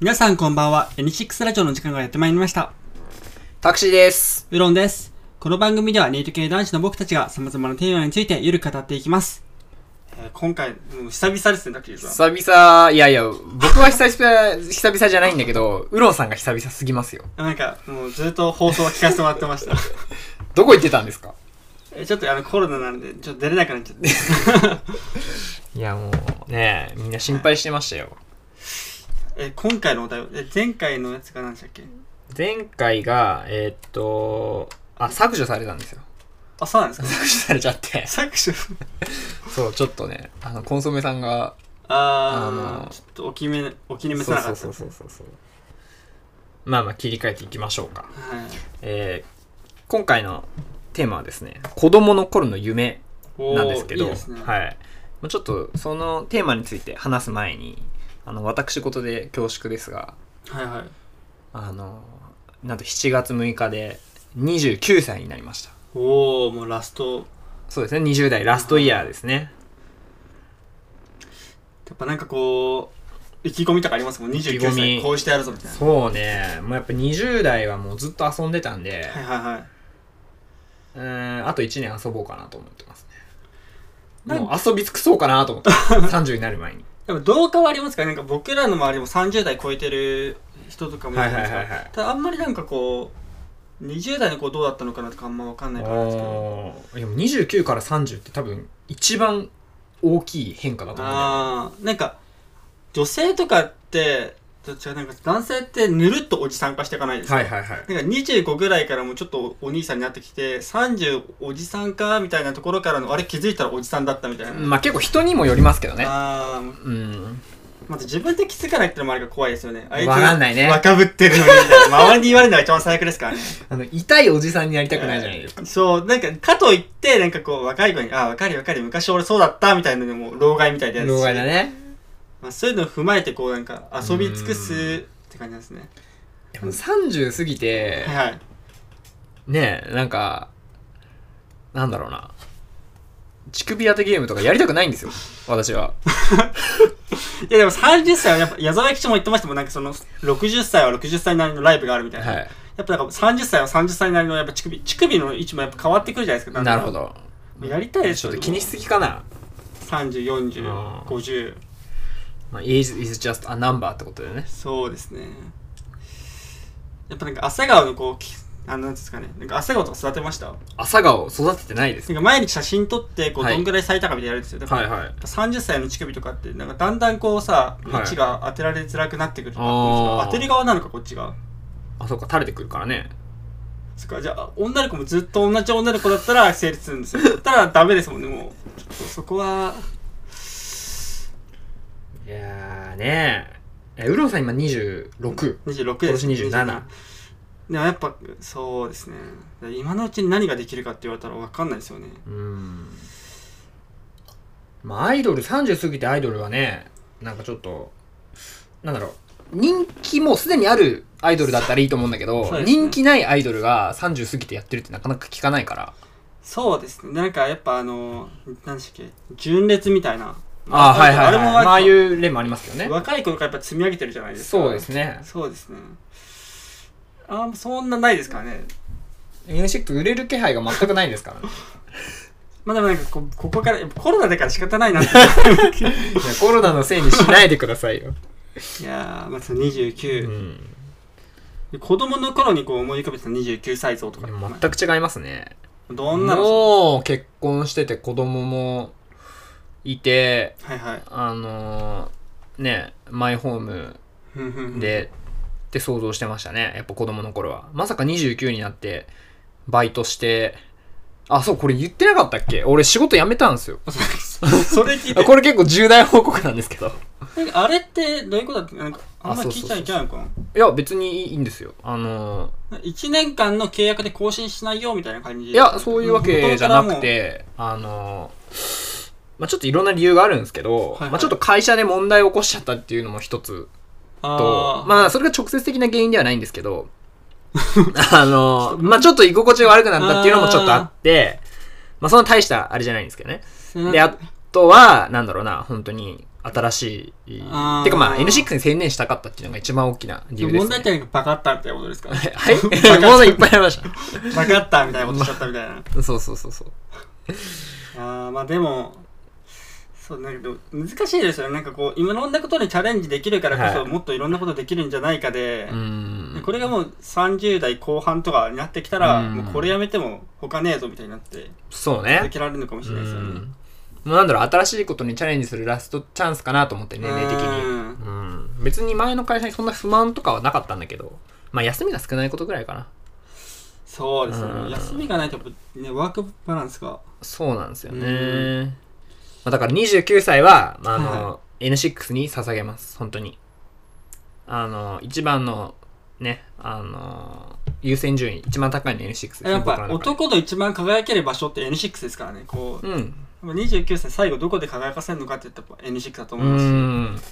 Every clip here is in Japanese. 皆さんこんばんは。N6 ラジオの時間がやってまいりました。タクシーです。うろんです。この番組ではネイト系男子の僕たちが様々なテーマについてゆるく語っていきます。えー今回、もう久々ですね、タクシーさん。久々、いやいや、僕は久々、 久々じゃないんだけど、ウロンさんが久々すぎますよ。なんか、もうずっと放送は聞かせてもらってま した。どこ行ってたんですかえちょっとあのコロナなんで、ちょっと出れなくなっちゃって。 いや、もうね、みんな心配してましたよ。え今回のお題は、え前回のやつが何でしたっけ前回が、えーっと、あ、削除されたんですよ。 あ、そうなんですか削除されちゃっ て。作手そう、ちょっとね、あの、コンソメさんが、あー、あのーちょっとお決め、お気に召そさうなかそうった。そうそうそうそう。まあまあ、切り替えていきましょうか。はい。えー、今回のテーマはですね、子供の頃の夢おーなんですけどいいですね。い。はい、まあちょっとそのテーマについて話す前にあの私事で恐縮ですがはいはい。あのなんと7月6日で29歳になりましたおー、もうラスト。そうですね20代ラストイヤーですねやっぱなんかこう、意気込みとかありますもん、気29込み歳、こうしてやるぞみたいな。そうねもうやっぱ20代はもうずっと遊んでたんで、はいはいはい。うーんあと1年遊ぼうかなと思ってますねなんもう遊び尽くそうかなと思ってます 30になる前にでも同化はありますからなんか僕らの周りも30代超えてる人とかもいるじゃないですか、はいはいはいはいただあんまりなんかこう20代の子どうだったのかなとかあんま分かんないからなんですけどおーいやもう29から30って多分一番大きい変化だと思うんだよねあーなんか女性とかってどっちかなんか男性ってぬるっとおじさん化していかないですか、はいはいはいなんか25ぐらいからもうちょっとお兄さんになってきて30おじさんかみたいなところからのあれ気づいたらおじさんだったみたいな、まあ結構人にもよりますけどね。あーうん。まず自分で気づかないってのもあるから怖いですよねあいつわかんないね若ぶってるのにみたいな周りに言われるのが一番最悪ですから ねあの、痛いおじさんになりたくないじゃないですか。そう、なんか、かといって、なんかこう、若い子に、あ、わかるわかる、昔俺そうだった、みたいなのも、老害みたいなやつ。老害だね。まあ、そういうのを踏まえて、こう、なんか、遊び尽くすって感じなんですね。でも30過ぎてはい、はい。ねえ、なんか、なんだろうな。乳首当てゲームとかやりたくないんですよ。私は。いや、でも30歳は、やっぱ、矢沢駅長も言ってましたもん、なんかその、60歳は60歳なりのライブがあるみたいな。はい。やっぱ、なんか、30歳は30歳なりの、やっぱ、乳首、乳首の位置もやっぱ変わってくるじゃないですか。なるほど。ど。もうやりたいですちょよっと気にしすぎかな。 30、うん40、50。まあ、age is just a number ってことでね。そうですね。やっぱなんか、朝顔のこうき、あの、なんていうんですかね、なんか朝顔とか育てました朝顔育ててないですな。んか毎日写真撮ってこうはいどんぐらい咲いたかみたいなやるんですよ、だからはいはい。 30歳の乳首とかってなんかだんだんこうさ位はい置が当てられづらくなってくるとか、あー当てる側なのかこっちがあ、そうか、垂れてくるからね。そっかじゃあ女の子もずっと同じ女の子だったら成立するんですよだったらダメですもんねもうちょっとそこはいやーねえ。え、ウロンさん今26。 26今です年27。でもやっぱそうですね今のうちに何ができるかって言われたら分かんないですよねうんまあアイドル30過ぎてアイドルはねなんかちょっとなんだろう人気もうすでにあるアイドルだったらいいと思うんだけど、そうですね人気ないアイドルが30過ぎてやってるってなかなか聞かないからそうですねなんかやっぱあの何でしたっけ純烈みたいなああはいはい、はい、れもまあああいやっう例もありますけどぱね若い頃からやっぱ積み上げてるじゃないですかそうですねそうですね。あーそんなないですからね。 N6 売れる気配が全くないですからねまあでもなんかこ、ここから、やっぱコロナだから仕方ないなって。 いやコロナのせいにしないでください よ、いやー、まあそのう29、ん、子供の頃にこう思い浮かべてた29歳像とか。全く違いますねどんなのもう結婚してて子供もいてはいはい。あのー、ねマイホームふんふんふん、で、って想像してましたねやっぱ子供の頃はまさか29になってバイトしてあそうこれ言ってなかったっけ俺仕事辞めた んですよそれ聞いあて、これ結構重大報告なんですけどなんかあれってどういうことだって、なんかあんまあそう聞そいうちゃいけないそうそうのかないや別にいいんですよあのー ?1 年間の契約で更新しないよみたいな感じいやそういうわけじゃなく。てあのーまあ、ちょっといろんな理由があるんですけど、はいはいまあ、ちょっと会社で問題を起こしちゃったっていうのも一つあとー、まあ、まあそれが直接的な原因ではないんですけど あのまあちょっと居心地が悪くなったっていうのもちょっとあってまあそんな大したあれじゃないんですけどねであとはなんだろうな本当に新しい。あーてかまあ N6 に専念したかったっていうのが一番大きな理由です、問ね題。点がバカったみたいなことですか はいバカっ 問題いっぱいありました。た バカったみたいなことしちゃったみたいな。そうそうそうそう。あーまあでもそうなんかでも難しいですよねなんかこういろんなことにチャレンジできるからこそ、はいもっといろんなことできるんじゃないかでう、ん。これがもう30代後半とかになってきたら、うんもうこれやめても他ねえぞみたいになってそう続ね。けられるのかもしうれないですよねん。もうなんだろう、新しいことにチャレンジするラストチャンスかなと思って、年齢的に。うんうん別に前の会社にそんな不満とかはなかったんだけど、まあ休みが少ないことぐらいかな。そうですね、うん休みがないとやっぱねワークバランスがそうなんですようね。まあ、だから29歳は、まあ、あの、は N6 に捧げます、本当に。あの、一番の、ね、あの、優先順位、一番高いの N6 ですやっ僕ぱの中で男の一番輝ける場所って N6 ですからねこううん。 29歳最後どこで輝かせるのかって言ったらやっぱ N6 だと思いうますしん。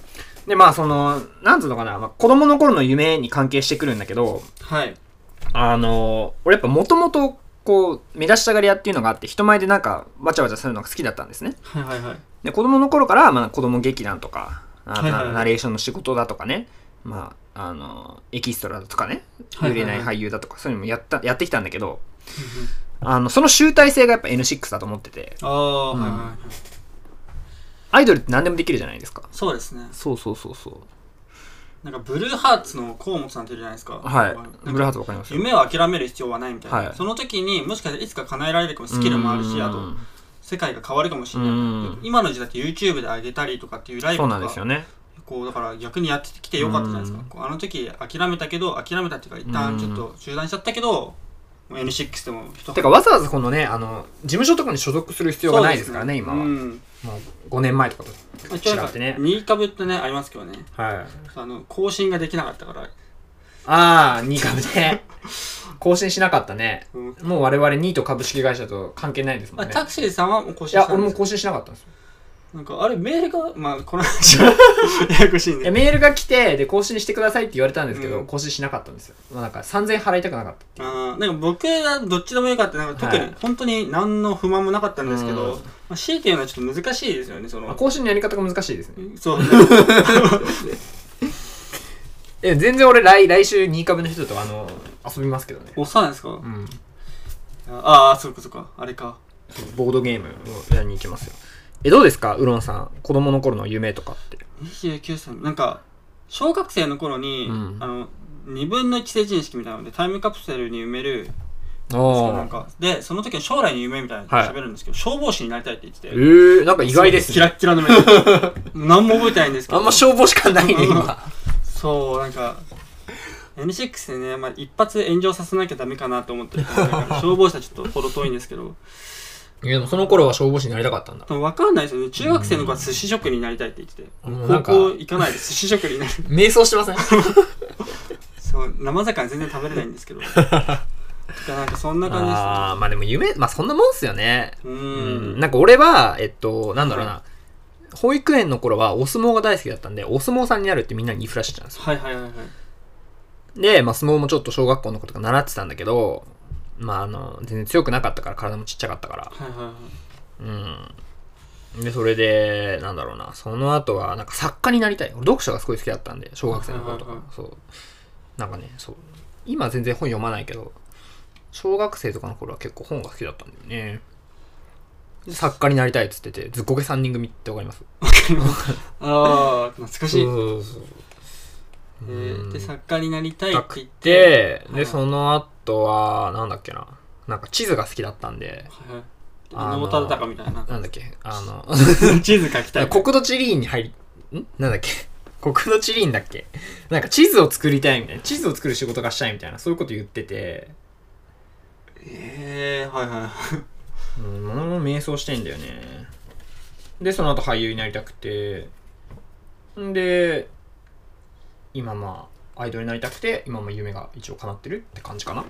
で、まあ、その、なんつうのかな、まあ、子供の頃の夢に関係してくるんだけど、はいあの、俺やっぱもともと、こう、目立ちたがり屋っていうのがあって、人前でなんか、わちゃわちゃするのが好きだったんですね。はいはいはいで子供の頃から、まあ、子供劇団とか、あはいはいはいナレーションの仕事だとかね、まあ、あのエキストラだとかねはい売はいれはないい俳優だとか、そういうのもやったやってきたんだけどあのその集大成がやっぱ N6 だと思っててああ、うんはいはいはいアイドルって何でもできるじゃないですかそうですねそうそうそうそうなんかブルーハーツの河本さんっているじゃないですかはいなんかブルーハーツわかりますよ夢を諦める必要はないみたいな、はいその時にもしかしたらいつか叶えられるかもスキルもあるうしんあと世界が変わるかもしれないうん今の時代って YouTube で上げたりとかっていうライブそとうなんかですよねこうだから逆にやってきてよかったじゃないですかうんこうあの時諦めたけど諦めたっていうか一う旦んちょっと中断しちゃったけどもう N6 でも人てかわざわざこのねあの事務所とかに所属する必要がないですからね今は、うんもう5年前とかとまあ一応なん違っかてね2株ってねありますけどねはいあの更新ができなかったから、ああ2株で 更新しなかったねうんもう我々ニート株式会社と関係ないですもあんね。タクシーさんはもう更い新やし、た俺んでもすか更新しなかったんですよ。なんかあれメールがまあこの話 はややこしいいやねメールが来て、で、更新してくださいって言われたんですけど、うん更新しなかったんですよ。まあ、なんか3000払いたくなかったっていう。あーなんか僕はどっちでもよかったなんか特はにい本当に何の不満もなかったんですけど、うんまあ、強いて言うのはちょっと難しいですよねそまあ、の更新のやり方が難しいですね。そうえ、全然俺来、来週2株の人とあの、遊びますけどね。 おさなんですかうん。ああそうかそうかあれかボードゲームをやりに行きますよ。え、どうですかウロンさん。子供の頃の夢とかって。 29歳なんか小学生の頃に、うんあの2分の1成人式みたいなのでタイムカプセルに埋めるなんああ。かでその時の将来の夢みたいなの喋るんですけど、消防士になりたいって言ってえてー、なんか意外ですキラね。ッキラの目 何も覚えてないんですけあどんま消防しかないね、うん今。そうなんか N6 でね、まあ、一発炎上させなきゃダメかなと思ってるから消防士はちょっと程遠いんですけどいや、でもその頃は消防士になりたかったんだ。分かんないですよね中学生の子は寿司職人になりたいって言っててうん高校行かないで寿司職人になる迷走してませんそう生魚全然食べれないんですけどとかなんかそんな感じですねああ、まあでも夢、まあそんなもんっすよね。ううんんなんか俺は、えっと、なんだろうな、保育園の頃はお相撲が大好きだったんで、お相撲さんになるってみんなに言いふらしてたんですよ。はいはいはいはいで、まあ相撲もちょっと小学校の頃とか習ってたんだけど、まああの、全然強くなかったから、体もちっちゃかったから。はいはいはいうん。で、それで、なんだろうな、その後は、なんか作家になりたい。俺読書がすごい好きだったんで、小学生の頃とはいはかい。そう。なんかね、そう。今全然本読まないけど、小学生とかの頃は結構本が好きだったんだよね。で作家になりたいっつってて、ずっこけ3人組ってわかりますああ懐かしい、そうそえうそううーんで作家になりたいって言ってで、はいで、その後は、なんだっけな。なんか地図が好きだったんで、はいはいあの伊能忠敬みたいななんだっけ、あの、 地図書きたい国土地理院に入り、んなんだっけ 国土地理院だっけなんか地図を作りたいみたいな。地図を作る仕事がしたいみたいな。そういうこと言ってて、ええはいはいうん、ものも迷走してんだよね。で、その後俳優になりたくて、んで、今まあ、アイドルになりたくて、今も夢が一応叶ってるって感じかな。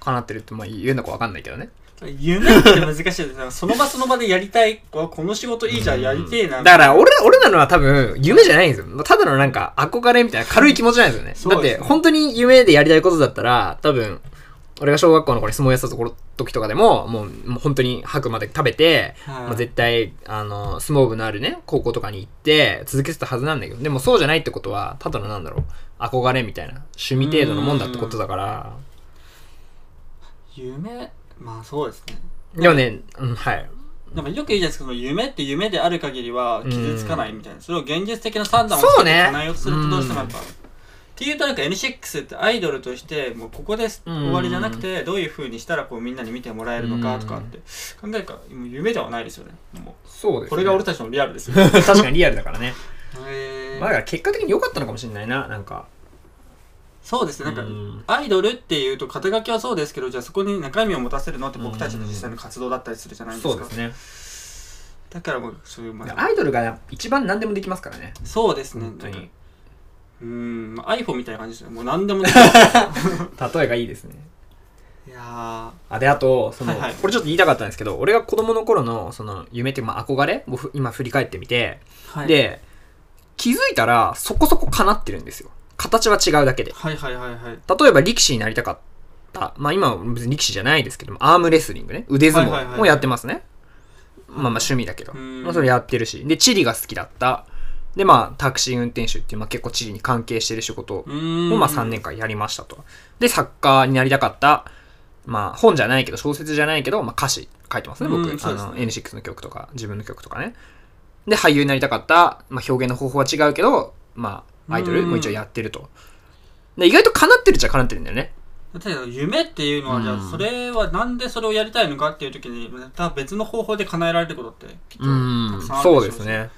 叶ってるって、まあ言うのかわかんないけどね。夢って難しいですね。その場その場でやりたい、この仕事いいじゃん、やりてえな。だから俺ら、俺らのは多分、夢じゃないんですよ。ただのな んか、憧れみたいな軽い気持ちなんですよね。そうだっですねて、本当に夢でやりたいことだったら、多分、俺が小学校の頃に相撲やってた時とかでも、もう、もう本当に吐くまで食べて、はいまあ、絶対、あの、相撲部のあるね、高校とかに行って、続けてたはずなんだけど、でもそうじゃないってことは、ただのなんだろう、憧れみたいな、趣味程度のもんだってことだから、夢まあそうですねでもね、うん、はい。でもよく言うじゃないですかその夢って夢である限りは傷つかないみたいな、それを現実的な判断をそうしてね叶えようとするとどうしてもやっぱ、っていうとなんか N6 ってアイドルとしてもうここでうん終わりじゃなくてどういうふうにしたらこうみんなに見てもらえるのかとかって考えるからもう夢ではないですよねもそううです、ね。これが俺たちのリアル ですよ確かにリアルだからね。 へーまあ、だから結果的に良かったのかもしれないな、なんか。そうですねなんかうんアイドルっていうと肩書きはそうですけどじゃあそこに中身を持たせるのって僕たちの実際の活動だったりするじゃないですかそうですね。だからもうそういうまあアイドルが一番何でもできますからね。そうですね本当に。うーん、まあ iPhone みたいな感じですよね。もう何でもでき例えがいいですね。る いやあであとその、はいはいこれちょっと言いたかったんですけど俺が子供の頃のその夢っていうかまあ憧れをふ今振り返ってみて、ー、はい、で気づいたらそこそこ叶ってるんですよ形は違うだけではいはいはいはい。例えば力士になりたかったまあ今は別に力士じゃないですけどもアームレスリングね腕は相いはいは撲いもやってますね、まあまあ趣味だけど、うんまあ、それやってるしで地理が好きだったでまあタクシー運転手っていう、まあ、結構地理に関係してる仕事うーをん。まあ3年間やりましたと。で、作家になりたかった、まあ本じゃないけど、小説じゃないけど、まあ歌詞書いてますね、僕。うんそあうですねの、N6 の曲とか、自分の曲とかね。で、俳優になりたかった、まあ表現の方法は違うけど、まあアイドルうんも一応やってると。で、意外と叶ってるっちゃ叶ってるんだよね。だけど夢っていうのは、じゃうあんそれはなんでそれをやりたいのかっていう時に、また別の方法で叶えられることってきっとうんたくさん、あるでしょそうしです。ね。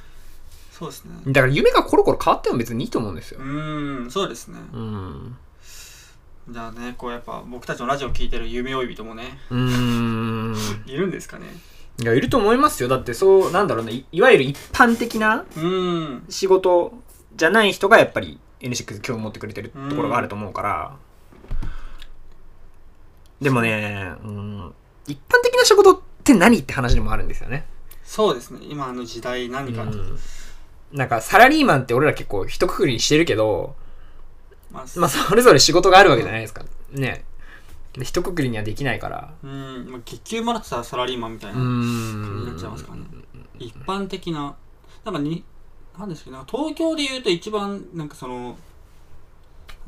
そうですね。だから夢がコロコロ変わっても別にいいと思うんですうよ。ーん、そうですね。うん。じゃあね、こうやっぱ僕たちのラジオを聞いてる夢追い人もね、うーん。いるんですかね。いや、いると思いますよ。だってそう、なんだろうね、いいわゆる一般的なうーん。仕事じゃない人がやっぱり N6 興味持ってくれてるところがあると思うから、でもね、うん、一般的な仕事って何って話でもあるんですよね、そうですね。今の時代何か、うんなんかサラリーマンって俺ら結構一括りにしてるけど、まあ、まあ、それぞれ仕事があるわけじゃないですかねで一括りにはできないからうん、まあ、月給もらってたらサラリーマンみたいな。うんなっちゃいますからね一般的ななんかになんですけど東京でいうと一番なんかその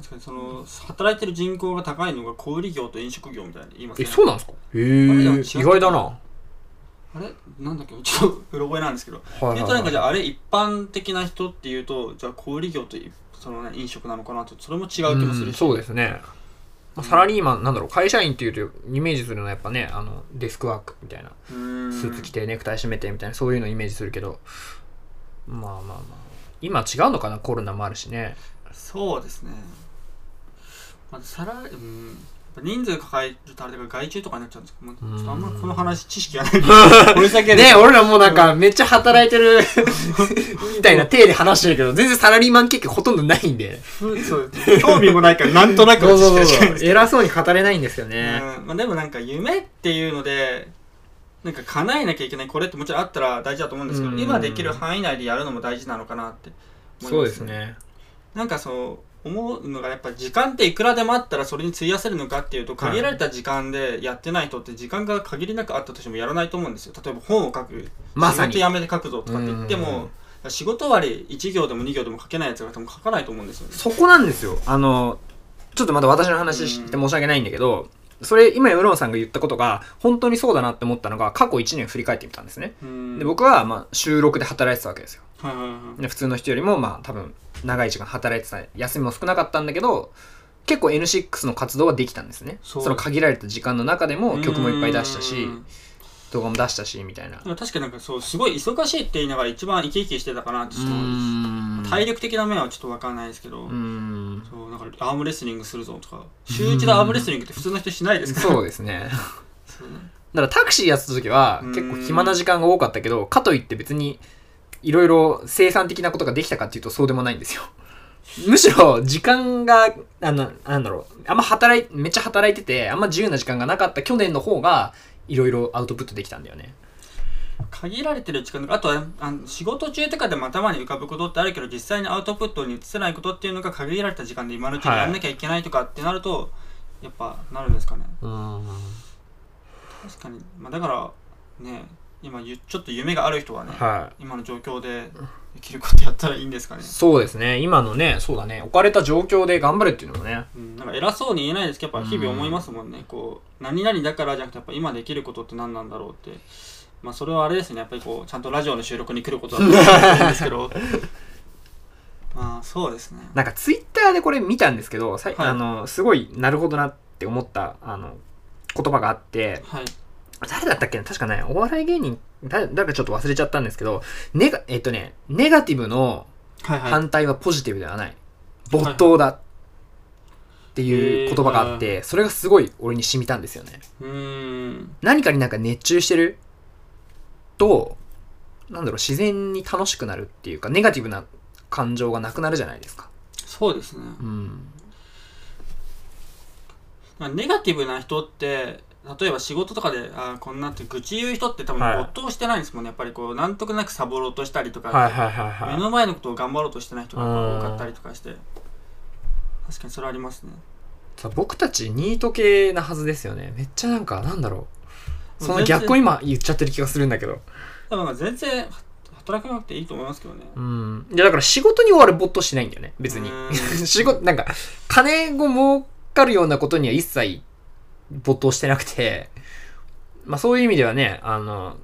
確かにその働いてる人口が高いのが小売業と飲食業みたいに言いますえねそうなんですかへあれでも違えう意外だなはあれなんだっけちょっとうろ覚えなんですけどいはい言うとはなんいかじゃああれ一般的な人っていうとじゃあ小売業といその、ね、飲食なのかなとそれも違う気もすうるんしそうですね、まあ、サラリーマンなんだろう会社員っていうとイメージするのはやっぱねあのデスクワークみたいなうーんスーツ着てネクタイ締めてみたいなそういうのイメージするけどまあまあまあ今違うのかなコロナもあるしねそうですねまあサラうんやっぱ人数抱えるとあれだから外注とかになっちゃうんですけど、まあ、ちょっとあんまこの話知識がないんでこれだけでね俺らもうなんかめっちゃ働いてる みたいな体で話してるけど全然サラリーマン経験ほとんどないんでふそう興味もないからなんとなくどのう知識ぞどうがぞしかないです 偉そうに語れないんですよねうんまあでもなんか夢っていうのでなんか叶えなきゃいけないこれってもちろんあったら大事だと思うんですけうどん今できる範囲内でやるのも大事なのかなって思いますそうですねなんかそう思うのがやっぱ時間っていくらでもあったらそれに費やせるのかっていうと限られた時間でやってない人って時間が限りなくあったとしてもやらないと思うんですよ例えば本を書くまさに仕事辞めて書くぞとかって言ってうんも仕事終わり1行でも2行でも書けないやつが多分書かないと思うんですよねそこなんですよ。あの、ちょっとまた私の話して申し訳ないんだけど、それ、今、ウロンさんが言ったことが、本当にそうだなって思ったのが、過去1年振り返ってみたんですね。うんで、僕は、まあ、収録で働いてたわけですよ。はいはいはいで普通の人よりも、まあ、多分、長い時間働いてた、休みも少なかったんだけど、結構 N6 の活動はできたんですね。そそうの限られた時間の中でも、 曲もいっぱい出したしう、ん動画も出したし、みたいな。でも確かになんかそうすごい忙しいって言いながら一番生き生きしてたかなってちょっと思ううん体力的な面はちょっとわかんないですけど、うん。そうなんかアームレスリングするぞとか週一でアームレスリングって普通の人しないですから、そうですね。そうだからタクシーやってた時はうん結構暇な時間が多かったけどかといって別にいろいろ生産的なことができたかっていうとそうでもないんですよむしろ時間があのなんだろうあんま働いめっちゃ働いててあんま自由な時間がなかった去年の方がいろいろアウトプットできたんだよね限られてる時間とかあとはあの仕事中とかでも頭に浮かぶことってあるけど実際にアウトプットに移せないことっていうのが限られた時間で今のうちにやんなきゃいけないとかってなると、やっぱなるんですかねうん確かに、まあ、だからね今ゆちょっと夢がある人はね、は今の状況でできることやったらいいんですかねい、そうですね今のねそうだね置かれた状況で頑張るっていうのもねうん、なんか偉そうに言えないですけどやっぱ日々思いますもんね、こう何々だからじゃなくてやっぱ今できることって何なんだろうってまあそれはあれですねやっぱりこうちゃんとラジオの収録に来ることだと思うんですけ どまあそうですねなんかツイッターでこれ見たんですけど、さいはいあのすごいなるほどなって思ったあの言葉があってはい誰だったっけな確かねお笑い芸人だ誰かちょっと忘れちゃったんですけどネガ,、えっとね、ネガティブのはいはい反対はポジティブではない、没頭だっていう言葉があって、それがすごい俺に染みたんですよねうーん何かになんか熱中してるとなんだろう自然に楽しくなるっていうかネガティブな感情がなくなるじゃないですかそうですねうんなんかネガティブな人って例えば仕事とかであーこんなって愚痴言う人って多分はい没頭してないんですもんね、やっぱりこうなんとなくサボろうとしたりとか、はいはいはいはい目の前のことを頑張ろうとしてない人が多かったりとかして確かにそれありますねさ僕たちニート系なはずですよねめっちゃなんかなんだろうそもうの全然逆を今言っちゃってる気がするんだけどでもなんか全然は働かなくていいと思いますけどねうんいやだから仕事に終わる没頭してないんだよね別にうん 仕事なんか金を儲かるようなことには一切没頭してなくてまあそういう意味ではねあの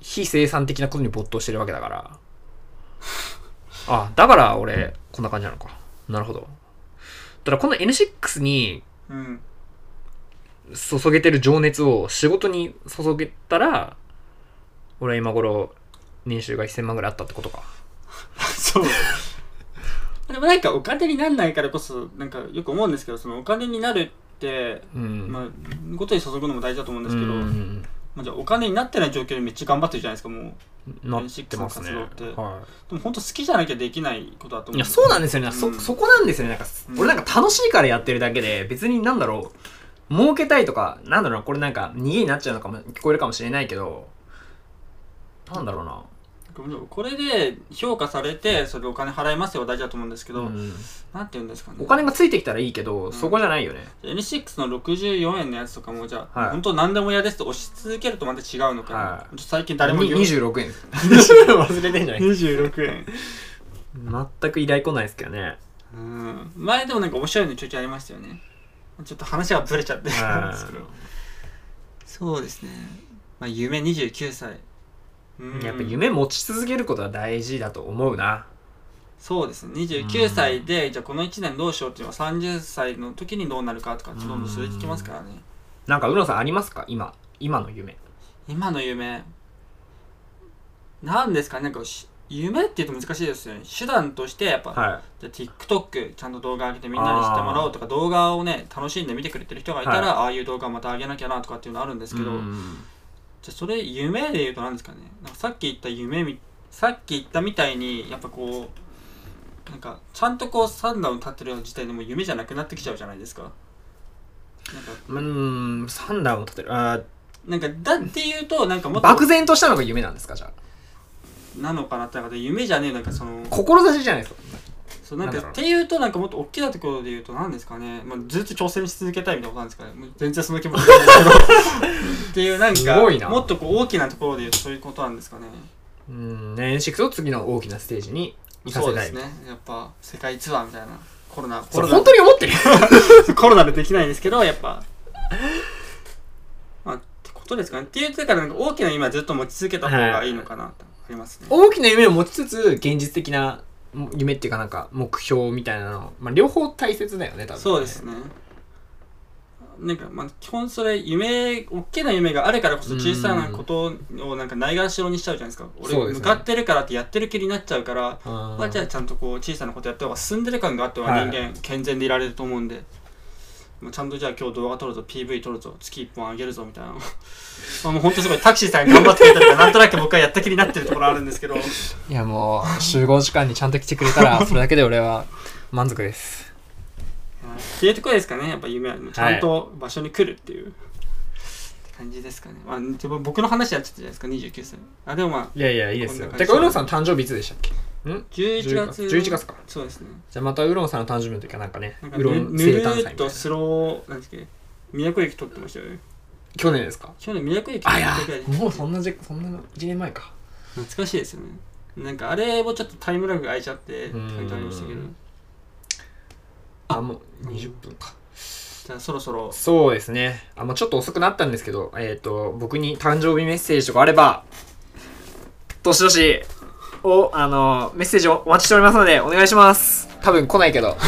非生産的なことに没頭してるわけだからあだから俺こんな感じなのかなるほどただこの N6 に うん注げてる情熱を仕事に注げたら俺は今頃年収が1000万ぐらいあったってことかそうでもなんかお金にならないからこそなんかよく思うんですけどそのお金になるってうんまあことに注ぐのも大事だと思うんですけど、うんまあ、じゃあお金になってない状況でめっちゃ頑張ってるじゃないですかもうでなってますね、転職活動ってはも本当好きじゃなきゃできないことだと思うい、んいやそうなんでですよね、うそんそこなんですよねなんか、うん俺なんか楽しいからやってるだけで別になんだろう儲けたいとかなんだろうなこれなんか逃げになっちゃうのかも聞こえるかもしれないけどなんだろうなこれで評価されてそれでお金払いますよは大事だと思うんですけど、うんなんて言うんですかねお金がついてきたらいいけど、そこじゃないよね N6 の64円のやつとかもじゃあ、はい本当何でも嫌ですと押し続けるとまた違うのかな、はいちょっと最近誰もに言う26円です 忘れてんじゃない26円全く依頼来ないですけどねうん前でもなんか面白いのちょいちょいありましたよねちょっと話がぶれちゃってたんですけどそうですね、まあ、夢29歳うんやっぱ夢持ち続けることは大事だと思うな。そうですね29歳で、じゃあこの1年どうしようっていうのは30歳の時にどうなるかとかってどんどん数字きますからねなんか、うのさんありますか今、今の夢。今の夢なんですかねなんかし夢って言うと難しいですよね手段としてやっぱ、はじゃあ TikTok ちゃんと動画上げてみんなに知ってもらおうとか動画をね楽しんで見てくれてる人がいたら、はいああいう動画また上げなきゃなとかっていうのあるんですい。けど、うんじゃあそれ夢で言うと何ですかねなんかさっき言った夢みさっき言ったみたいにやっぱこうなんかちゃんとこう三段を立ってるような時点でもう夢じゃなくなってきちゃうじゃないですかなんかうーん、三段を立てる。あなんかだっていうとなんかもーっと漠然としたのが夢なんですかじゃあ。なのかなってなんか夢じゃねえなんかその志じゃないですか。そうなんかなんだろうっていうとなんかもっと大きなところで言うと何ですかね、まあ、ずっと挑戦し続けたいみたいなことなんですかねもう全然その気持ちない ですけどっていうなんかすごいなもっとこう大きなところで言うとそういうことなんですかねうん、N6 を次の大きなステージに行かそせうでたい。すねやっぱ世界ツアーみたいなコロナコそロれナ本当に思ってるコロナでできないですけどやっぱまあってことですかねっていうだからなんか大きな今ずっと持ち続けた方がいいのかなとありますね、大きな夢を持ちつつ、現実的な夢っていうかなんか目標みたいなの、まあ、両方大切だよね、多分、そうです。ね。なんかまあ基本それ夢大きな夢があるからこそ小さなことをなんかないがしろにしちゃうじゃないですか俺そうですね向かってるからってやってる気になっちゃうから、あまあ、じゃあちゃんとこう小さなことやった方が進んでる感があってははい人間健全でいられると思うんで、まあちゃんとじゃあ今日動画撮るぞ PV 撮るぞ月1本あげるぞみたいな まあもう本当すごいタクシーさんが頑張ってくれたからなんとなく僕はやった気になってるところあるんですけどいやもう、集合時間にちゃんと来てくれた ら、それだけで俺は満足です。っていうところですかねやっぱ夢はちゃんと場所に来るっていう、って感じですかね、まあ、でも僕の話やっちゃったじゃないですか29歳あでもまあいやいや、いいですよ。こんな感てじか、ウロンさん誕生日いつでしたっけ11月11月かそうですねじゃあまたウロンさんの誕生日の時はなんかね、なんかウぬロンぬ生る誕祭みーったいとスローなんですっけ宮古駅取ってましたよね去年ですか去年宮古駅あいや取ってもうそんなじそんな1年前か懐かしいですよねなんかあれもちょっとタイムラグが空いちゃってうん書いてありましたけどあもう20分かじゃあそろそろそうですねあもうちょっと遅くなったんですけどえっ、と僕に誕生日メッセージとかあればどしどしをあのメッセージをお待ちしておりますのでお願いします多分来ないけど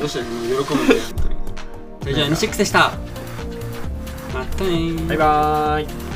どうしたら喜ぶんだよ本当にじゃあニシックスでしたまたねーバイバーイ